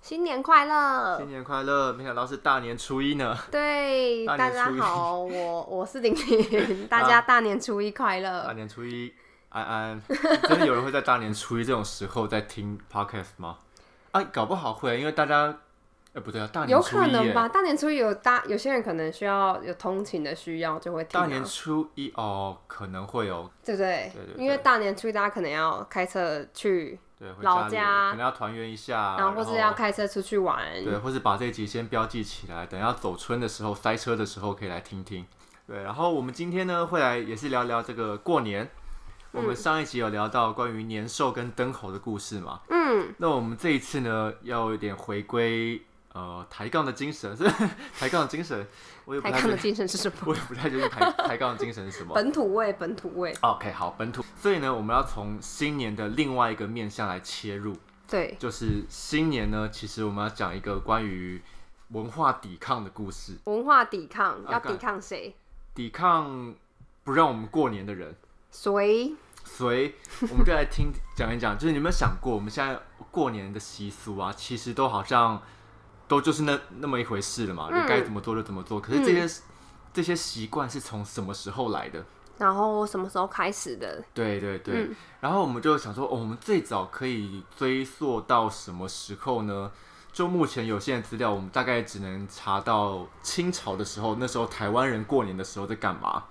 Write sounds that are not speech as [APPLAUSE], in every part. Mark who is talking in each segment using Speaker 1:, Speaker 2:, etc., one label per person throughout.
Speaker 1: 新年快乐
Speaker 2: 新！年快乐！没想到是大年初一呢，
Speaker 1: 对，
Speaker 2: 大
Speaker 1: 大
Speaker 2: 年
Speaker 1: 家
Speaker 2: 初一啊
Speaker 1: 好，我我是玲
Speaker 2: [LAUGHS]
Speaker 1: 玲，大家大年初一快乐。
Speaker 2: 大年初一安安， [LAUGHS] 真的有人会在大年初一这种时候在听 podcast 吗？啊，搞不好会，因为大家，哎、不对啊，大
Speaker 1: 有
Speaker 2: 年初
Speaker 1: 可
Speaker 2: 一
Speaker 1: 能
Speaker 2: 耶，
Speaker 1: 吧，大年初一有大有些人可能需要有通勤的需要，就会听、
Speaker 2: 大年
Speaker 1: 啊，
Speaker 2: 初一哦，可能会有，
Speaker 1: 对不对？
Speaker 2: 对对对
Speaker 1: 因为大年初一大家可能要开车去，
Speaker 2: 对，回
Speaker 1: 老
Speaker 2: 里
Speaker 1: 家
Speaker 2: 可能要团圆一下，
Speaker 1: 然后或是要开车出去玩，
Speaker 2: 对，或是把这一集先标记起来，等要走春的时候、塞车的时候可以来听听。对，然后我们今天呢会来也是聊聊这个过年。我
Speaker 1: 嗯
Speaker 2: 们上一集有聊到关于年兽跟灯猴的故事嘛？
Speaker 1: 嗯，
Speaker 2: 那我们这一次呢要有点回归呃抬杠的精神， [LAUGHS] 是抬杠的精神，我也不
Speaker 1: 抬
Speaker 2: 太
Speaker 1: 杠
Speaker 2: 确
Speaker 1: 的精神是什么？
Speaker 2: [LAUGHS] 我也不太确定抬 [LAUGHS] 抬杠的精神是什
Speaker 1: [LAUGHS]
Speaker 2: 么。
Speaker 1: 本土味，本土味，
Speaker 2: OK，好，本土。所以呢，我们要从新年的另外一个面向来切入。
Speaker 1: 对，
Speaker 2: 就是新年呢，其实我们要讲一个关于文化抵抗的故事，
Speaker 1: 文化抵抗，
Speaker 2: 啊
Speaker 1: 要
Speaker 2: 干
Speaker 1: 抵抗谁？
Speaker 2: 抵抗不让我们过年的人。
Speaker 1: 谁？
Speaker 2: 所以我们就来听讲一讲，就是你有没有想过，我们现在过年的习俗啊，其实都好像都就是那那么一回事了嘛，
Speaker 1: 嗯
Speaker 2: 就该怎么做就怎么做。可是这些、这些习惯是从什么时候来的？
Speaker 1: 然后什么时候开始的？
Speaker 2: 对对对，
Speaker 1: 嗯
Speaker 2: 然后我们就想说、哦，我们最早可以追溯到什么时候呢？就目前有限的资料，我们大概只能查到清朝的时候，那时候台湾人过年的时候在干嘛？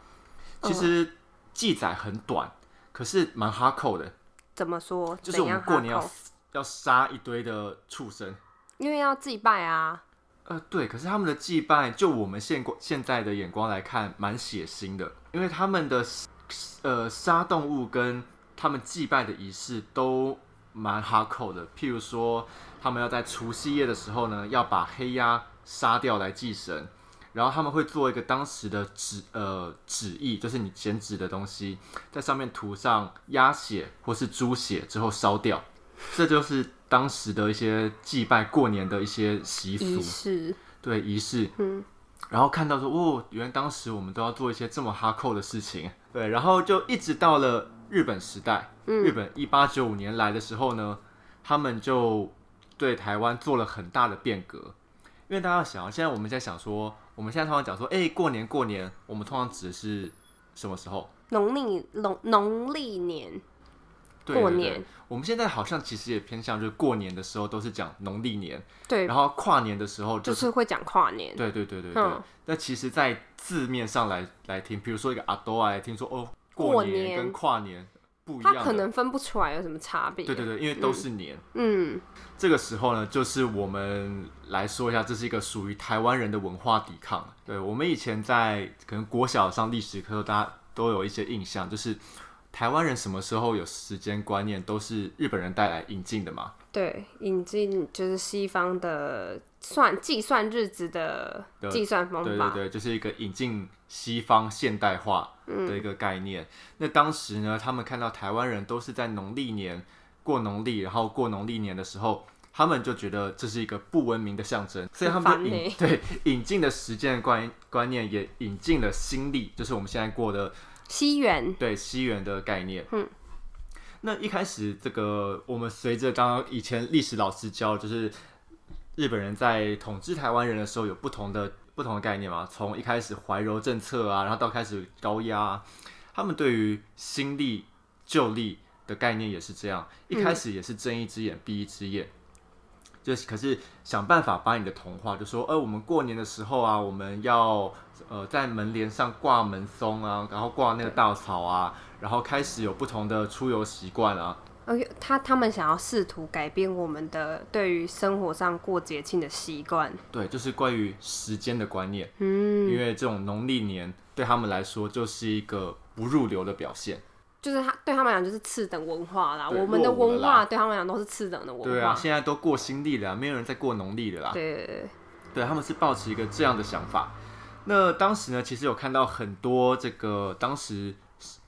Speaker 1: 嗯
Speaker 2: 其实记载很短，可是蛮哈扣的，
Speaker 1: 怎么说？
Speaker 2: 就是我们
Speaker 1: 怎样
Speaker 2: 过年
Speaker 1: 哈
Speaker 2: 要
Speaker 1: 口
Speaker 2: 要杀一堆的畜生。
Speaker 1: 因为要祭拜啊，
Speaker 2: 呃，对，可是他们的祭拜，就我们现过现在的眼光来看，蛮血腥的，因为他们的呃杀动物跟他们祭拜的仪式都蛮哈扣的。譬如说，他们要在除夕夜的时候呢，要把黑鸭杀掉来祭神，然后他们会做一个当时的纸呃纸艺，就是你剪纸的东西，在上面涂上鸭血或是猪血之后烧掉，这就是当时的一些祭拜过年的一些习俗
Speaker 1: 仪。式，
Speaker 2: 对仪式，
Speaker 1: 嗯，
Speaker 2: 然后看到说，哦，原来当时我们都要做一些这么哈扣的事情，对，然后就一直到了日本时代，
Speaker 1: 嗯
Speaker 2: 日本一八九五年来的时候呢，他们就对台湾做了很大的变革，因为大家要想啊，现在我们在想说，我们现在通常讲说，哎，过年过年，我们通常指的是什么时候？
Speaker 1: 农历农农历年
Speaker 2: 对
Speaker 1: 过，
Speaker 2: 对对
Speaker 1: 年，
Speaker 2: 我们现在好像其实也偏向就是过年的时候都是讲农历年，
Speaker 1: 对，
Speaker 2: 然后跨年的时候就
Speaker 1: 就是是会讲跨年，
Speaker 2: 对对对对对。
Speaker 1: 嗯
Speaker 2: 那其实，在字面上来来听，比如说一个阿多啊，来听说哦，
Speaker 1: 过
Speaker 2: 过
Speaker 1: 年
Speaker 2: 跟跨年不一样
Speaker 1: 他
Speaker 2: 的，
Speaker 1: 可能分不出来有什么差别，
Speaker 2: 对对对，因为都是年。
Speaker 1: 嗯，
Speaker 2: 这个时候呢，就是我们来说一下，这是一个属于台湾人的文化抵抗。对我们以前在可能国小上历史课，大家都有一些印象，就是台湾人什么时候有时间观念，都是日本人带来引进的嘛
Speaker 1: 对，引进就是西方的算计算日子的
Speaker 2: 的
Speaker 1: 计算方
Speaker 2: 对对
Speaker 1: 法，
Speaker 2: 对，就是一个引进西方现代化
Speaker 1: 嗯
Speaker 2: 的一个概念。那当时呢，他们看到台湾人都是在农历年过农历，然后过农历年的时候，他们就觉得这是一个不文明的象征，所以他们
Speaker 1: 很
Speaker 2: 就
Speaker 1: 烦
Speaker 2: 引、
Speaker 1: 欸
Speaker 2: 对引进了实践观观念，也引进了新历，就是我们现在过的
Speaker 1: 西元，
Speaker 2: 对西元的概念。嗯，那一开始这个我们随着刚刚以前历史老师教，就是日本人在统治台湾人的时候有不同的不同的概念嘛，从一开始怀柔政策啊，然后到开始高压、啊，他们对于新历旧历的概念也是这样，一开始也是睁一只眼闭一只眼。就是，可是想办法把你的童话，就说，呃，我们过年的时候啊，我们要呃在门帘上挂门松啊，然后挂那个稻草啊，然后开始有不同的出游习惯啊。
Speaker 1: 而且他他们想要试图改变我们的对于生活上过节庆的习惯，
Speaker 2: 对，就是关于时间的观念，
Speaker 1: 嗯，
Speaker 2: 因为这种农历年对他们来说就是一个不入流的表现。
Speaker 1: 就是他对他们来讲就是次等文化啦，
Speaker 2: 对
Speaker 1: 我们的
Speaker 2: 落伍了
Speaker 1: 文
Speaker 2: 啦
Speaker 1: 化对他们来讲都是次等的文化，
Speaker 2: 对啊，啊现在都过新历了啊、没有人在过农历了啦。
Speaker 1: 对对对
Speaker 2: 对，他们是抱持一个这样的想法。那当时呢，其实有看到很多这个当时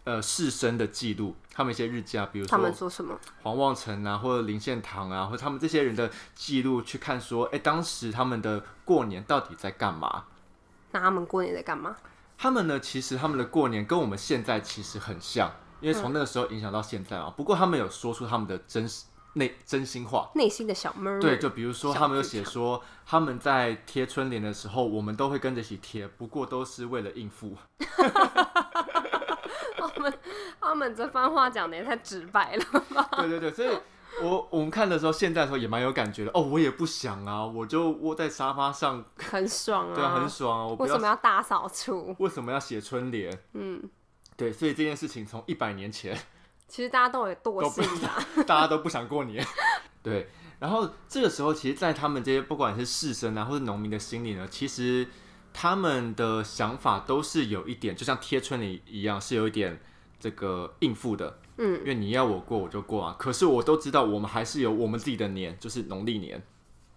Speaker 2: 呃士绅的记录，他们一些日记啊，比如
Speaker 1: 他
Speaker 2: 说
Speaker 1: 们说什么？
Speaker 2: 黄望成啊，或者林献堂啊，或者他们这些人的记录去看说，哎，当时他们的过年到底在干嘛？
Speaker 1: 那他们过年在干嘛？
Speaker 2: 他们呢，其实他们的过年跟我
Speaker 1: 嗯
Speaker 2: 们现在其实很像，因为从那个时候影响到现在啊。不过他们有说出他们的真实内真心话。
Speaker 1: 内心的小妹儿。
Speaker 2: 对，就比如说
Speaker 1: 嗯小
Speaker 2: 他们有
Speaker 1: 剧
Speaker 2: 写
Speaker 1: 场
Speaker 2: 说，他们在贴春联的时候，我们都会跟着一起贴，不过都是为了应付。 [LAUGHS]
Speaker 1: 他们这番话讲的也太直白了。
Speaker 2: 对对对，所以我我们看的时候，现在的时候也蛮有感觉的。哦，我也不想啊，我就窝在沙发上，
Speaker 1: 很爽啊！
Speaker 2: 对啊，很爽啊，我不
Speaker 1: 为
Speaker 2: 要
Speaker 1: 什么要大扫除？
Speaker 2: 为什么要写春联？嗯，对，所以这件事情从一百年前
Speaker 1: 其实大家都有惰性啊，
Speaker 2: [LAUGHS] 大家都不想过年， [LAUGHS] 对。然后这个时候，其实，在他们这些不管是士绅啊，或是农民的心里呢，其实他们的想法都是有一点，就像贴春联一样，是有一点这个应付的。
Speaker 1: 嗯，
Speaker 2: 因为你要我过我就过啊，可是我都知道，我们还是有我们自己的年，就是农历年。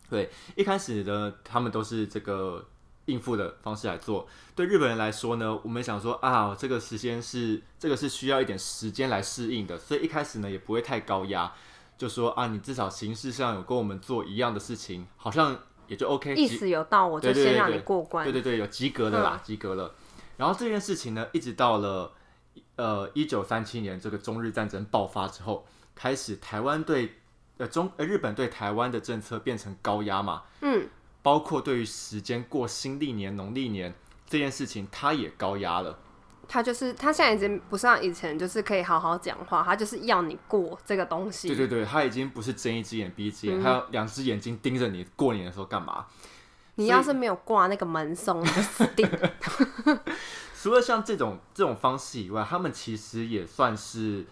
Speaker 2: 对，一开始呢，他们都是这个应付的方式来做。对日本人来说呢，我们想说啊，这个时间是这个是需要一点时间来适应的，所以一开始呢也不会太高压，就说啊，你至少形式上有跟我们做一样的事情，好像也就 OK
Speaker 1: 意
Speaker 2: 及
Speaker 1: 思有到我就
Speaker 2: 对对对
Speaker 1: 先让
Speaker 2: 对
Speaker 1: 你过关嗯
Speaker 2: 对。对对，有及格的啦，及格了。然后这件事情呢，一直到了呃一九三七年这个中日战争爆发之后，开始台湾对呃中呃日本对台湾的政策变成高压嘛，
Speaker 1: 嗯，
Speaker 2: 包括对于时间过新历年、农历年这件事情，它也高压了。
Speaker 1: 他就是他现在已经不像以前，就是可以好好讲话，他就是要你过这个东西。
Speaker 2: 对对对，它已经不是睁一只眼闭一只
Speaker 1: 嗯
Speaker 2: 眼，还有两只眼睛盯着你过年的时候干嘛？
Speaker 1: 你要是没有挂那个门松，你就死
Speaker 2: [LAUGHS]
Speaker 1: 定了。
Speaker 2: 除了像这种这种方式以外，他们其实也算是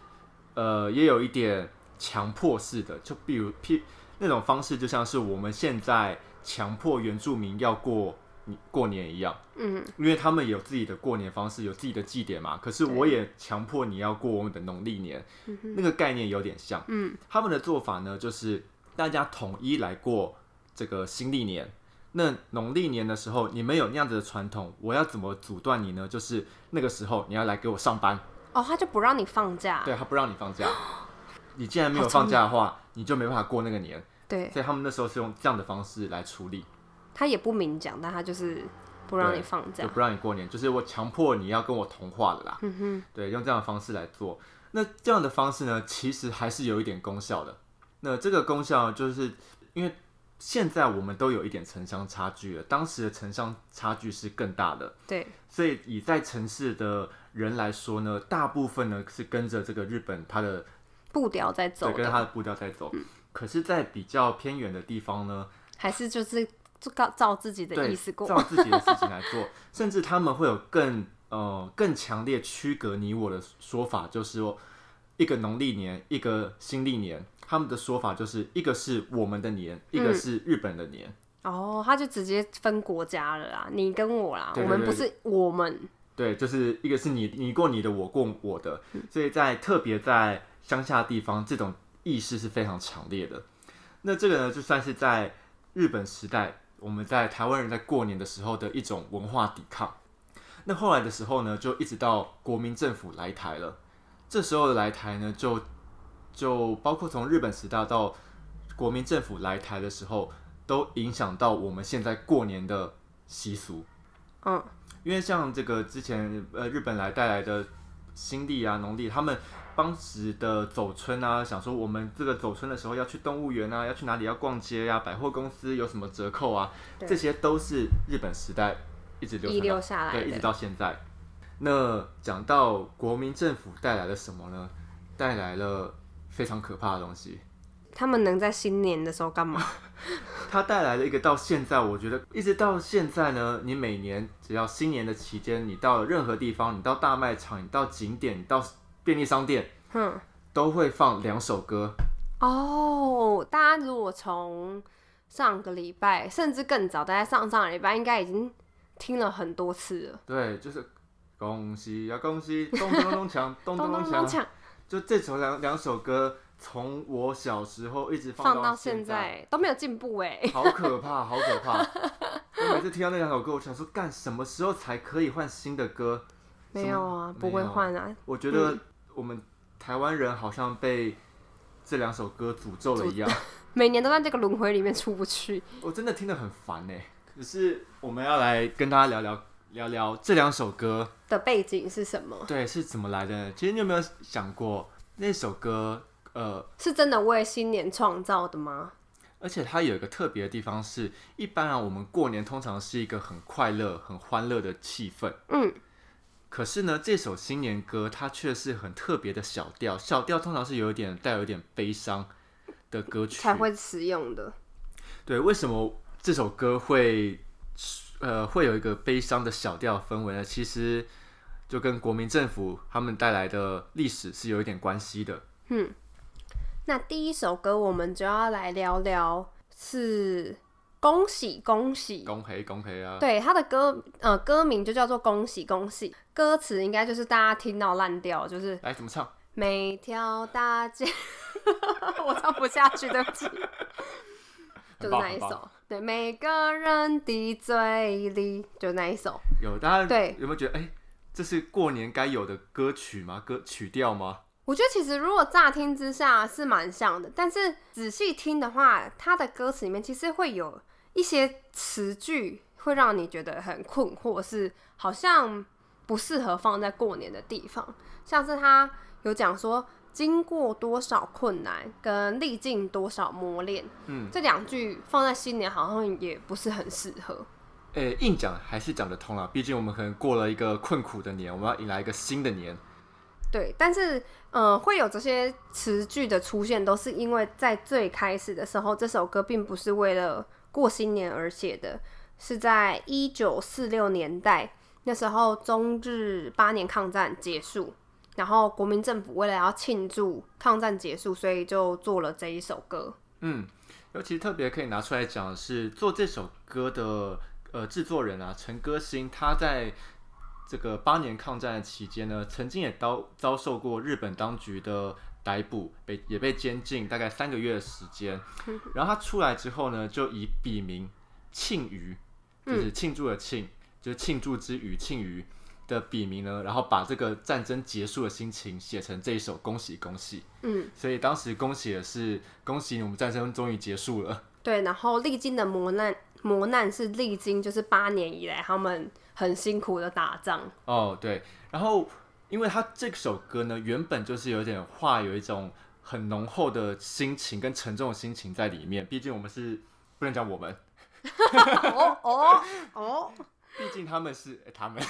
Speaker 2: 呃，也有一点强迫式的，就比如譬那种方式，就像是我们现在强迫原住民要过过年一样，
Speaker 1: 嗯，
Speaker 2: 因为他们有自己的过年方式，有自己的祭典嘛。可是我也强迫你要过我们的农历年，那个概念有点像。嗯，他们的做法呢，就是大家统一来过这个新历年。那农历年的时候，你们有那样子的传统，我要怎么阻断你呢？就是那个时候你要来给我上班，
Speaker 1: 哦，他就不让你放假。
Speaker 2: 对他啊不让你放 [GASPS] 假。你既然没有放假的话，你就没办法过那个年。
Speaker 1: 对，
Speaker 2: 所以他们那时候是用这样的方式来处理。
Speaker 1: 他也不明讲，但他就是不让
Speaker 2: 对
Speaker 1: 你放假
Speaker 2: 就。不让你过年，就是我强迫你要跟我同化了啦。嗯哼，对，用这样的方式来做。那这样的方式呢，其实还是有一点功效的。那这个功效就是因为现在我们都有一点城乡差距了，当时的城乡差距是更大的，
Speaker 1: 对，
Speaker 2: 所以以在城市的人来说呢，大部分呢是跟着这个日本它的
Speaker 1: 步调在走
Speaker 2: 对跟着它
Speaker 1: 的，嗯
Speaker 2: 的步调在走。可是，在比较偏远的地方呢，
Speaker 1: 还是就是就照照自己的
Speaker 2: 对，
Speaker 1: 意思过。
Speaker 2: 照自己的事情来做，甚至他们会有更呃更强烈区隔你我的说法，就是说一个农历年，一个新历年，他们的说法就是一个是我们的年，一
Speaker 1: 嗯
Speaker 2: 个是日本的年。
Speaker 1: 哦，他就直接分国家了啦，你跟我啦，
Speaker 2: 对对
Speaker 1: 我们
Speaker 2: 对
Speaker 1: 不是我们。
Speaker 2: 对，就是一个是你你过你的，我过我的，所以在特别在乡下地方，这种意识是非常强烈的。那这个呢，就算是在日本时代，我们在台湾人在过年的时候的一种文化抵抗。那后来的时候呢，就一直到国民政府来台了。这时候的来台呢，就就包括从日本时代到国民政府来台的时候，都影响到我们现在过年的习俗。
Speaker 1: 嗯，
Speaker 2: 因为像这个之前呃日本来带来的新历啊、农历，他们当时的走村啊，想说我们这个走村的时候要去动物园啊，要去哪里要逛街呀、百货公司有什么折扣啊，
Speaker 1: 对
Speaker 2: 这些都是日本时代一直流
Speaker 1: 遗
Speaker 2: 传
Speaker 1: 留
Speaker 2: 到
Speaker 1: 下来
Speaker 2: 对，一直
Speaker 1: 的。
Speaker 2: 到现在。那讲到国民政府带来了什么呢？带来了非常可怕的东西，
Speaker 1: 他们能在新年的时候干嘛？
Speaker 2: 它带来了一个到现在，我觉得一直到现在呢，你每年只要新年的期间，你到任何地方，你到大卖场，你到景点，你到便利商店，
Speaker 1: 哼，
Speaker 2: 都会放两首歌。
Speaker 1: 哦，大家如果从上个礼拜，甚至更早，大家上上个礼拜应该已经听了很多次了。
Speaker 2: 对，就是恭喜呀、恭喜，咚咚
Speaker 1: [LAUGHS]
Speaker 2: 咚锵，
Speaker 1: 咚
Speaker 2: 咚咚
Speaker 1: 咚
Speaker 2: 咚
Speaker 1: 咚
Speaker 2: 锵。
Speaker 1: 锵，
Speaker 2: 就这首两两首歌，从我小时候一直
Speaker 1: 放
Speaker 2: 到
Speaker 1: 到现在都没有进步哎。
Speaker 2: 好可
Speaker 1: [LAUGHS]
Speaker 2: 怕，好可怕！我每次听到那两首歌，我想说，干什么时候才可以换新的歌？什么
Speaker 1: 没有啊，不
Speaker 2: 没
Speaker 1: 会
Speaker 2: 有
Speaker 1: 换啊，
Speaker 2: 我觉得我们台湾人好像被这两首歌诅咒了一样，
Speaker 1: 每年都在这个轮回里面出不去。
Speaker 2: [LAUGHS] 我真的听得很烦欸呢。可是我们要来跟大家聊聊聊聊这两首歌，
Speaker 1: 的背景是什么？
Speaker 2: 对，是怎么来的呢？其实你有没有想过那首歌？呃，
Speaker 1: 是真的为新年创造的吗？
Speaker 2: 而且它有一个特别的地方是，一般啊，我们过年通常是一个很快乐、很欢乐的气氛。
Speaker 1: 嗯，
Speaker 2: 可是呢，这首新年歌它却是很特别的小调，小调通常是有一点带有一点悲伤的歌曲
Speaker 1: 才会使用的。
Speaker 2: 对，为什么这首歌会呃会有一个悲伤的小调氛围呢？其实就跟国民政府他们带来的历史是有一点关系的。
Speaker 1: 那第一首歌我们就要来聊聊是恭喜恭喜，
Speaker 2: 恭黑恭黑啊！
Speaker 1: 对，他的歌呃歌名就叫做《恭喜恭喜》，歌词应该就是大家听到烂掉，就是
Speaker 2: 来，怎么唱？
Speaker 1: 每条大街， [LAUGHS] 我唱不下去，对不起，就是
Speaker 2: 很棒
Speaker 1: 那一
Speaker 2: 很棒
Speaker 1: 首。对，每个人的嘴里，就那一首。
Speaker 2: 有大家
Speaker 1: 对
Speaker 2: 有没有觉得哎、这是过年该有的歌曲吗？歌曲调吗？
Speaker 1: 我觉得其实如果乍听之下是蛮像的，但是仔细听的话，它的歌词里面其实会有一些词句会让你觉得很困惑，是好像不适合放在过年的地方。像是他有讲说，经过多少困难，跟历尽多少磨练，
Speaker 2: 嗯，
Speaker 1: 这两句放在新年好像也不是很适合。
Speaker 2: 哎、硬讲还是讲得通啊。毕竟我们可能过了一个困苦的年，我们要迎来一个新的年。
Speaker 1: 对，但是呃，会有这些词句的出现，都是因为在最开始的时候，这首歌并不是为了过新年而写的，是在一九四六年代，那时候中日八年抗战结束，然后国民政府为了要庆祝抗战结束，所以就做了这一首歌。
Speaker 2: 嗯，尤其特别可以拿出来讲的是做这首歌的呃制作人啊，陈歌辛，他在这个八年抗战的期间呢，曾经也遭遭受过日本当局的逮捕，被也被监禁大概三个月的时间。然后他出来之后呢，就以笔名庆余，就是庆祝的庆，就是庆祝之余庆余的笔名呢，然后把这个战争结束的心情写成这一首《恭喜恭喜》。
Speaker 1: 嗯，
Speaker 2: 所以当时恭喜的是恭喜我们战争终于结束了。 [LAUGHS]
Speaker 1: 对，然后历经的磨难，磨难是历经就是八年以来他们很辛苦的打仗。
Speaker 2: 哦，对，然后因为他这首歌呢，原本就是有点话有一种很浓厚的心情跟沉重的心情在里面。毕竟我们是不能讲我们，
Speaker 1: 哦哦哦，
Speaker 2: 毕竟他们是、 [LAUGHS] 诶他们，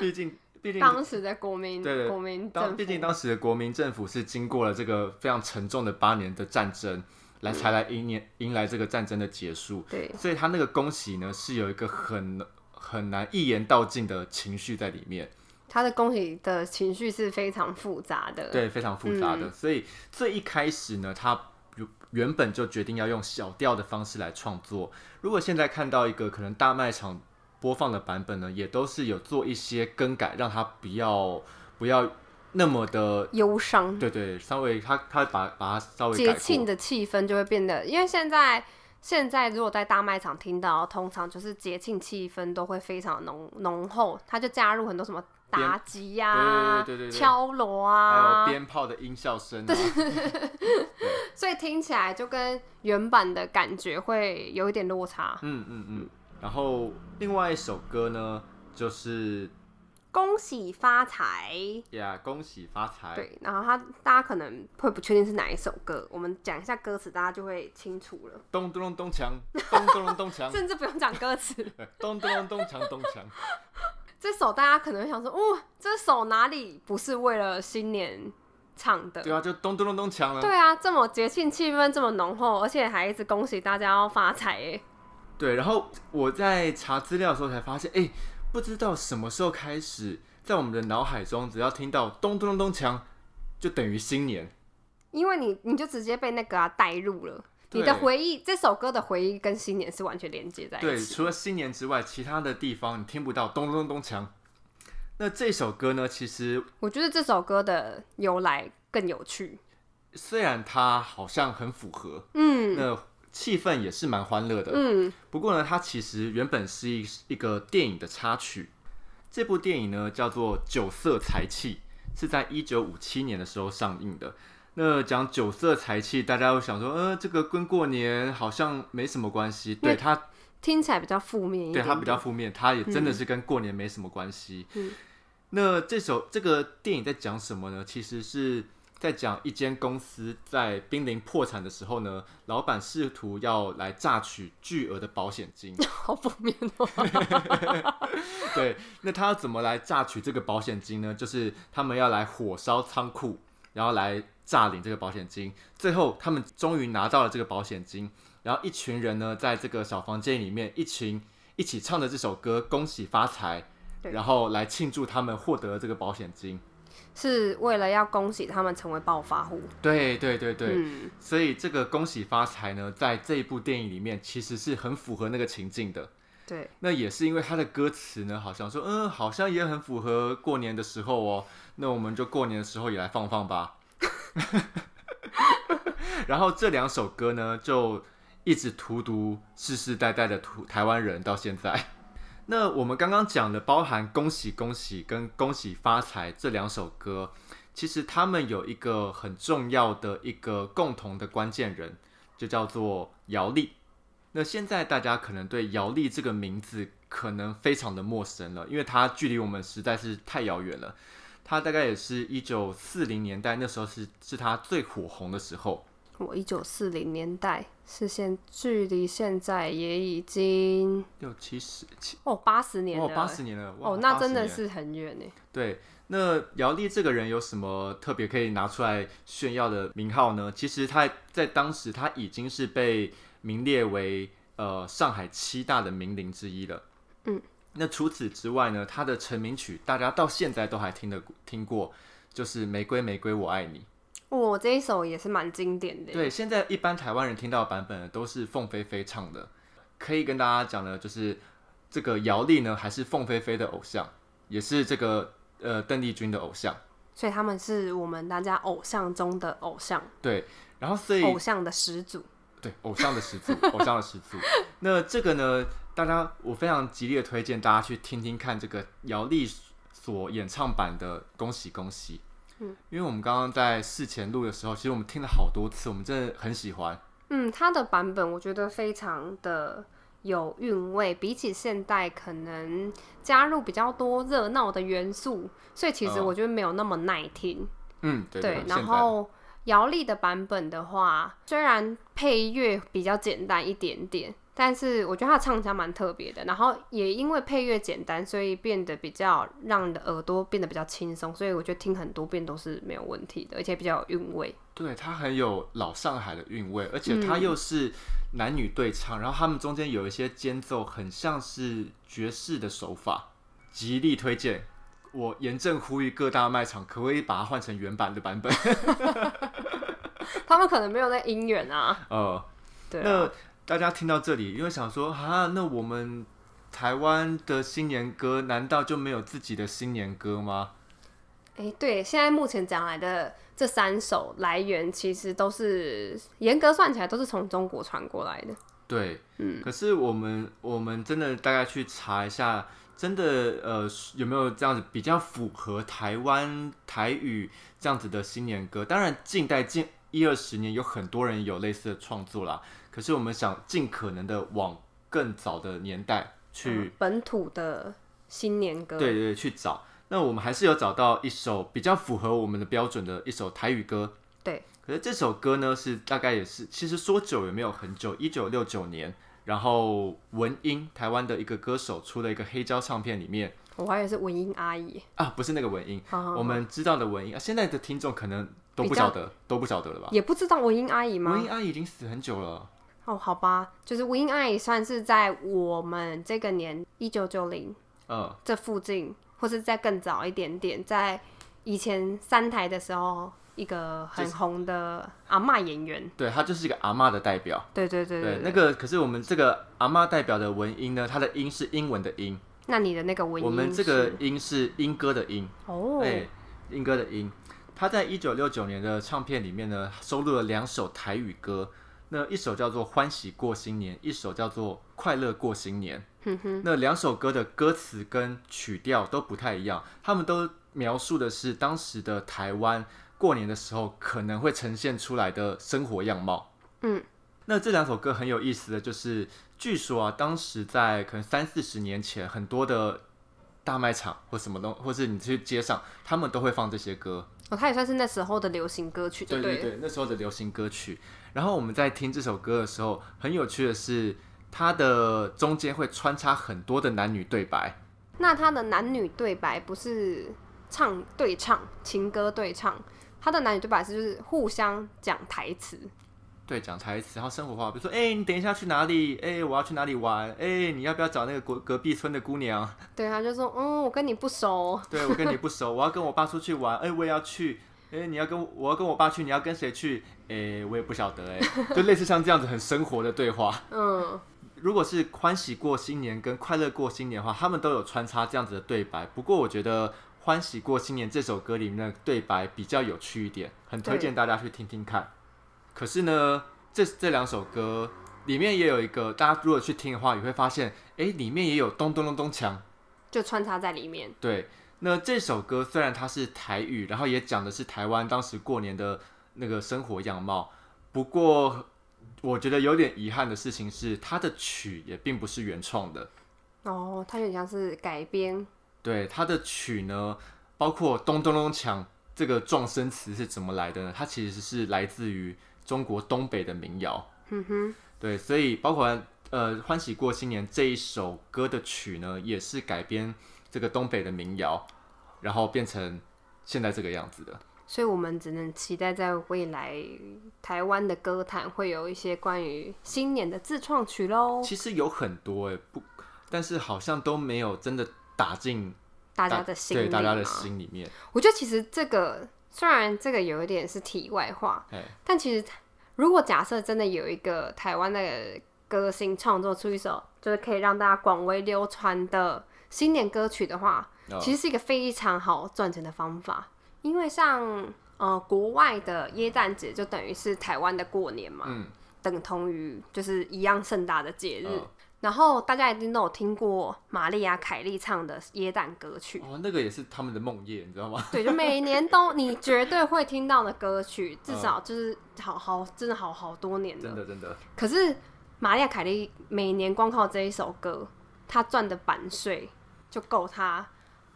Speaker 2: 毕竟毕竟
Speaker 1: 当时的国民
Speaker 2: 对对
Speaker 1: 国民政
Speaker 2: 当
Speaker 1: 府，
Speaker 2: 毕竟当时的国民政府是经过了这个非常沉重的八年的战争，来才来迎年迎来这个战争的结束。
Speaker 1: 对
Speaker 2: 所以他那个恭喜呢，是有一个很很难一言道尽的情绪在里面，
Speaker 1: 他的恭喜的情绪是非常复杂的。，
Speaker 2: 对，非常复杂的。
Speaker 1: 嗯
Speaker 2: 所以最一开始呢，他原原本就决定要用小调的方式来创作。如果现在看到一个可能大卖场播放的版本呢，也都是有做一些更改，让它不要不要那么的，
Speaker 1: 忧伤，
Speaker 2: 对对，稍微他他把把它稍微改
Speaker 1: 节
Speaker 2: 过
Speaker 1: 庆的气氛就会变得，因为现在现在如果在大卖场听到，通常就是节庆气氛都会非常浓浓厚，他就加入很多什么打击呀、
Speaker 2: 对对对对对
Speaker 1: 敲锣
Speaker 2: 还有
Speaker 1: 啊，
Speaker 2: 鞭炮的音效声、啊，
Speaker 1: 所以听起来就跟原版的感觉会有一点落差。
Speaker 2: 嗯嗯嗯。然后另外一首歌呢，就是
Speaker 1: 恭喜发财，
Speaker 2: 呀恭喜发财。
Speaker 1: 对，然后他大家可能会不确定是哪一首歌，我们讲一下歌词，大家就会清楚了，
Speaker 2: 咚咚咚咚锵，咚咚咚
Speaker 1: [LAUGHS]
Speaker 2: 咚锵，
Speaker 1: 甚至不用讲歌词。 [LAUGHS]
Speaker 2: 对咚咚咚咚锵咚锵。
Speaker 1: 这首大家可能会想说，哦，这首哪里不是为了新年唱的？
Speaker 2: 对啊，就咚咚咚咚锵了。
Speaker 1: 对啊，这么节庆气氛这么浓厚，而且还一直恭喜大家要发财耶！
Speaker 2: 对，然后我在查资料的时候才发现，哎，不知道什么时候开始，在我们的脑海中，只要听到咚咚咚咚锵，就等于新年。
Speaker 1: 因为你你就直接被那个啊带入了，
Speaker 2: 对
Speaker 1: 你的回忆，这首歌的回忆跟新年是完全连接在
Speaker 2: 对，
Speaker 1: 一起。
Speaker 2: 除了新年之外，其他的地方你听不到咚咚咚锵。那这首歌呢，其实
Speaker 1: 我觉得这首歌的由来更有趣。
Speaker 2: 虽然它好像很符合，
Speaker 1: 嗯
Speaker 2: 那气氛也是蛮欢乐的，
Speaker 1: 嗯，
Speaker 2: 不过呢，它其实原本是一一个电影的插曲。这部电影呢叫做《酒色财气》，是在一九五七年的时候上映的。那讲酒色财气，大家会想说，呃，这个跟过年好像没什么关系。对它，
Speaker 1: 听起来比较负面一
Speaker 2: 对
Speaker 1: 点。
Speaker 2: 它比较负面，它也真的是跟过年没什么关系。
Speaker 1: 嗯
Speaker 2: 那这首这个电影在讲什么呢？其实是在讲一间公司在濒临破产的时候呢，老板试图要来榨取巨额的保险金。
Speaker 1: 好负面哦。
Speaker 2: 对，那他要怎么来榨取这个保险金呢？就是他们要来火烧仓库，然后来诈领这个保险金。最后，他们终于拿到了这个保险金，然后一群人呢，在这个小房间里面，一群一起唱着这首歌《恭喜发财》，
Speaker 1: 对
Speaker 2: 然后来庆祝他们获得了这个保险金。
Speaker 1: 是为了要恭喜他们成为暴发户。
Speaker 2: 对对对对，
Speaker 1: 嗯，
Speaker 2: 所以这个恭喜发财呢，在这一部电影里面其实是很符合那个情境的。
Speaker 1: 对，
Speaker 2: 那也是因为它的歌词呢，好像说，嗯，好像也很符合过年的时候哦。那我们就过年的时候也来放放吧。 [LAUGHS] 然后这两首歌呢，就一直荼毒世世代代的土台湾人到现在。那我们刚刚讲的，包含“恭喜恭喜”跟“恭喜发财”这两首歌，其实他们有一个很重要的一个共同的关键人，就叫做姚丽。那现在大家可能对姚丽这个名字可能非常的陌生了，因为她距离我们实在是太遥远了。她大概也是一九四零年代那时候是是她最火红的时候。
Speaker 1: 我一九四零年代是现距离现在也已经
Speaker 2: 六七十七
Speaker 1: 哦八十年了
Speaker 2: 哦，
Speaker 1: 欸，
Speaker 2: 八十年了哇
Speaker 1: 哦，那真
Speaker 2: 80
Speaker 1: 的
Speaker 2: 年
Speaker 1: 是很远呢。欸
Speaker 2: 对。那姚丽这个人有什么特别可以拿出来炫耀的名号呢？其实她在当时她已经是被名列为呃上海七大的名伶之一了。
Speaker 1: 嗯，
Speaker 2: 那除此之外呢，她的成名曲大家到现在都还听得听过，就是《玫瑰玫瑰我爱你》。
Speaker 1: 我、这一首也是蛮经典的，
Speaker 2: 对，现在一般台湾人听到的版本呢都是凤飞飞唱的。可以跟大家讲的，就是这个姚丽呢，还是凤飞飞的偶像，也是这个呃邓丽君的偶像。
Speaker 1: 所以他们是我们大家偶像中的偶像，
Speaker 2: 对，然后所以
Speaker 1: 偶像的始祖。
Speaker 2: 对偶像的始祖，偶像的始祖。 [LAUGHS] 那这个呢，大家我非常极力的推荐大家去听听看这个姚丽所演唱版的《恭喜恭喜》。嗯，因为我们刚刚在事前录的时候，其实我们听了好多次，我们真的很喜欢。
Speaker 1: 嗯，它的版本我觉得非常的有韵味，比起现代可能加入比较多热闹的元素，所以其实
Speaker 2: 嗯
Speaker 1: 我觉得没有那么耐听。
Speaker 2: 嗯，对
Speaker 1: 对，
Speaker 2: 现
Speaker 1: 然
Speaker 2: 在
Speaker 1: 后姚丽的版本的话，虽然配乐比较简单一点点，但是我觉得她唱腔蛮特别的。然后也因为配乐简单，所以变得比较让你的耳朵变得比较轻松，所以我觉得听很多遍都是没有问题的，而且比较有韵味。 [LAUGHS]
Speaker 2: 对，它很有老上海的韵味，而且
Speaker 1: 嗯
Speaker 2: 它又是男女对唱，然后他们中间有一些间奏，很像是爵士的手法，极力推荐。我严正呼吁各大卖场，可不可以把它换成原版的版本？ [LAUGHS]
Speaker 1: 他们可能没有那音源啊，
Speaker 2: 呃，
Speaker 1: 对啊
Speaker 2: 那大家听到这里，因为想说啊，那我们台湾的新年歌难道就没有自己的新年歌吗？
Speaker 1: 哎、对，现在目前讲来的这三首来源，其实都是严格算起来都是从中国传过来的。
Speaker 2: 对，
Speaker 1: 嗯，
Speaker 2: 可是我们我们真的大概去查一下，真的呃有没有这样子比较符合台湾台语这样子的新年歌？当然，近代近一二十年有很多人有类似的创作啦。可是我们想尽可能的往更早的年代去，
Speaker 1: 本土的新年歌，
Speaker 2: 嗯对对对去找。那我们还是有找到一首比较符合我们的标准的一首台语歌。
Speaker 1: 对，
Speaker 2: 可是这首歌呢，是大概也是，其实说久也没有很久，一九六九年，然后文英台湾的一个歌手出了一个黑胶唱片，里面
Speaker 1: 我还以为是文英阿姨。
Speaker 2: 啊，不是那个文英，
Speaker 1: 好好
Speaker 2: 我们知道的文英，啊，现在的听众可能都不
Speaker 1: 比较
Speaker 2: 晓得，都不晓得了吧？
Speaker 1: 嗯也不知道文英阿姨
Speaker 2: 文
Speaker 1: 吗？
Speaker 2: 英阿啊姨已经死很久了，
Speaker 1: 哦，好吧，就是文英阿姨算是在我们这个年一九九零
Speaker 2: 嗯，
Speaker 1: 这附近，或是再更早一点点，在以前三台的时候，一个很红的阿嬷演员。
Speaker 2: 对，她就是一个阿嬷的代表。
Speaker 1: 对对对
Speaker 2: 对，
Speaker 1: 对，
Speaker 2: 那个可是我们这个阿嬷代表的文英呢，她的音是英文的音，
Speaker 1: 那你的那个文英
Speaker 2: 我
Speaker 1: 是，
Speaker 2: 们这个哎音是英歌的音。
Speaker 1: 哦，
Speaker 2: 哎，英歌的英，他在一九六九年的唱片里面呢，收录了两首台语歌，那一首叫做《欢喜过新年》，一首叫做《快乐过新年》。
Speaker 1: 哼哼，
Speaker 2: 那两首歌的歌词跟曲调都不太一样，他们都描述的是当时的台湾过年的时候可能会呈现出来的生活样貌。
Speaker 1: 嗯，
Speaker 2: 那这两首歌很有意思的就是，据说啊，当时在可能三四十年前，很多的大卖场或什么东，或是你去街上，他们都会放这些歌。
Speaker 1: 哦，它也算是那时候的流行歌曲，
Speaker 2: 对
Speaker 1: 对
Speaker 2: 对
Speaker 1: 了，
Speaker 2: 对，那时候的流行歌曲。然后我们在听这首歌的时候，很有趣的是，它的中间会穿插很多的男女对白。
Speaker 1: 那他的男女对白不是唱对唱情歌对唱，他的男女对白是就是互相讲台词，
Speaker 2: 对，讲台词，然后生活化，比如说，哎、你等一下去哪里？哎、我要去哪里玩？哎、你要不要找那个隔隔壁村的姑娘？ [LAUGHS]
Speaker 1: 对，他就说嗯，我跟你不熟，
Speaker 2: 对我跟你不熟，我要跟我爸出去玩，哎、我也要去。哎、你要跟我我要跟我爸去，你要跟谁去？哎、我也不晓得、哎，就类似像这样子很生活的对话。
Speaker 1: 嗯，
Speaker 2: 如果是欢喜过新年跟快乐过新年的话，他们都有穿插这样子的对白。不过我觉得《欢喜过新年》这首歌里面的对白比较有趣一点，很推荐大家去听听看。可是呢，这这两首歌里面也有一个，大家如果去听的话，也会发现，哎，里面也有咚咚咚咚锵。
Speaker 1: 就穿插在里面，
Speaker 2: 对，那这首歌虽然它是台语，然后也讲的是台湾当时过年的那个生活样貌，不过我觉得有点遗憾的事情是，它的曲也并不是原创的。
Speaker 1: 哦，他有点像是改编，
Speaker 2: 对，它的曲呢，包括“咚咚咚锵”这个撞声词是怎么来的呢？它其实是来自于中国东北的民谣。
Speaker 1: 嗯哼，
Speaker 2: 对，所以包括呃《欢喜过新年》这一首歌的曲呢，也是改编这个东北的民谣，然后变成现在这个样子的。
Speaker 1: 所以我们只能期待在未来台湾的歌坛会有一些关于新年的自创曲喽，
Speaker 2: 其实有很多哎、不，但是好像都没有真的打进
Speaker 1: 大家的心
Speaker 2: 对大家
Speaker 1: 里
Speaker 2: 的
Speaker 1: 嘛
Speaker 2: 心里面。
Speaker 1: 我觉得其实这个虽然这个有一点是题外话，
Speaker 2: 哎，
Speaker 1: 但其实如果假设真的有一个台湾的歌星创作出一首就是可以让大家广为流传的新年歌曲的话，
Speaker 2: 哦
Speaker 1: 其实是一个非常好赚钱的方法，因为像呃国外的耶诞节就等于是台湾的过年嘛，
Speaker 2: 嗯
Speaker 1: 等同于就是一样盛大的节日。
Speaker 2: 嗯
Speaker 1: 然后大家一定都有听过玛丽亚·凯莉唱的耶诞歌曲，
Speaker 2: 哦，那个也是他们的梦魇，你知道吗？ [LAUGHS]
Speaker 1: [LAUGHS] 对，就每年都你绝对会听到的歌曲，至少就是好好，真的好好多年
Speaker 2: 嗯真
Speaker 1: 了。
Speaker 2: 的真的，
Speaker 1: 可是玛利亚凯莉每年光靠这一首歌，她赚的版税就够她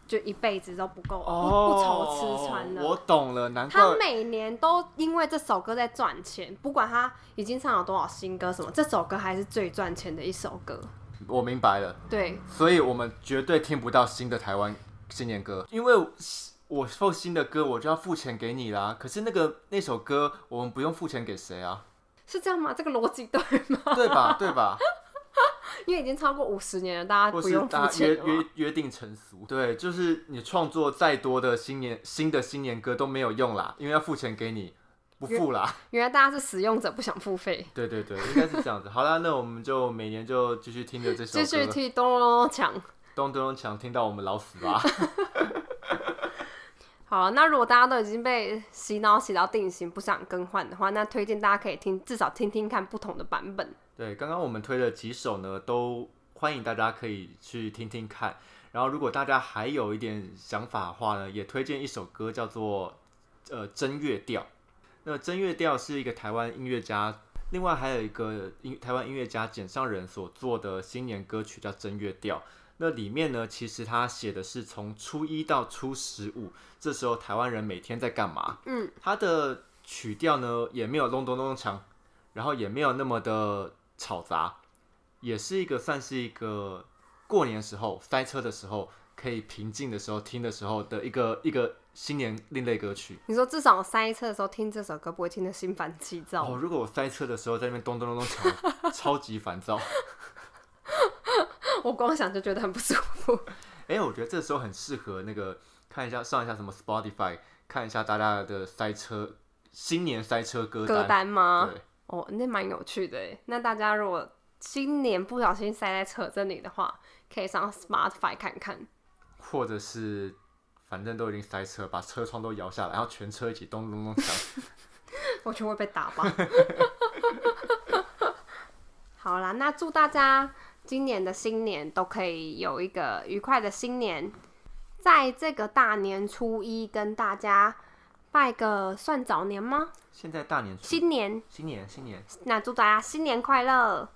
Speaker 1: 就一辈子都不够，不不愁吃穿
Speaker 2: 哦我
Speaker 1: 了。
Speaker 2: 懂了，难怪
Speaker 1: 她每年都因为这首歌在赚钱，不管她已经唱了多少新歌什么，这首歌还是最赚钱的一首歌。
Speaker 2: 我明白了。
Speaker 1: 对，
Speaker 2: 所以我们绝对听不到新的台湾新年歌，因为我付新的歌，我就要付钱给你啦。可是那个那首歌，我们不用付钱给谁啊？ [LAUGHS]
Speaker 1: 是这样吗？这个逻辑对吗？ [LAUGHS]
Speaker 2: 对吧？对吧？
Speaker 1: 因为已经超过五十年了，大家
Speaker 2: 或
Speaker 1: 不
Speaker 2: 是
Speaker 1: 用付
Speaker 2: 大家
Speaker 1: 钱
Speaker 2: 约
Speaker 1: 了嘛。
Speaker 2: 约约定成俗，对，就是你创作再多的新年新的新年歌都没有用啦，因为要付钱给你，不付啦。
Speaker 1: 原来大家是使用者，不想付费。
Speaker 2: [LAUGHS] 对对对，应该是这样子。好啦，那我们就每年就继续听着这首
Speaker 1: 继续
Speaker 2: 歌，
Speaker 1: 替咚咚咚抢。
Speaker 2: 咚咚咚锵，听到我们老死吧。
Speaker 1: 好，那如果大家都已经被洗脑洗到定型，不想更换的话，那推荐大家可以听，至少听听看不同的版本。
Speaker 2: 对，刚刚我们推了几首呢，都欢迎大家可以去听听看。然后，如果大家还有一点想法的话呢，也推荐一首歌叫做呃真乐调。那真乐调是一个台湾音乐家，另外还有一个音台湾音乐家简上人所做的新年歌曲叫真乐调。那里面呢，其实他写的是从初一到初十五，这时候台湾人每天在干嘛？
Speaker 1: 嗯，
Speaker 2: 他的曲调呢也没有隆咚咚锵，然后也没有那么的吵杂，也是一个算是一个过年时候塞车的时候可以平静的时候听的时候的一个一个新年另类歌曲。
Speaker 1: 你说至少塞车的时候听这首歌不会听得心烦气躁。
Speaker 2: 哦，如果我塞车的时候在那边咚咚咚咚吵， [LAUGHS] 超级烦躁。
Speaker 1: 我光想就觉得很不舒服。
Speaker 2: 哎，我觉得这时候很适合那个看一下上一下什么 Spotify，看一下大家的塞车新年塞车歌单。
Speaker 1: 歌单吗？
Speaker 2: 对，
Speaker 1: 哦，那蛮有趣的耶。那大家如果新年不小心塞在车这里的话，可以上 Spotify 看看。
Speaker 2: 或者是反正都已经塞车，把车窗都摇下来，然后全车一起咚咚咚响。
Speaker 1: 我就会被打吧。 [LAUGHS] 好啦，那祝大家今年的新年都可以有一个愉快的新年，在这个大年初一跟大家拜个算早年吗？
Speaker 2: 现在大年初
Speaker 1: 新年，
Speaker 2: 新年新年
Speaker 1: 那祝大家新年快乐，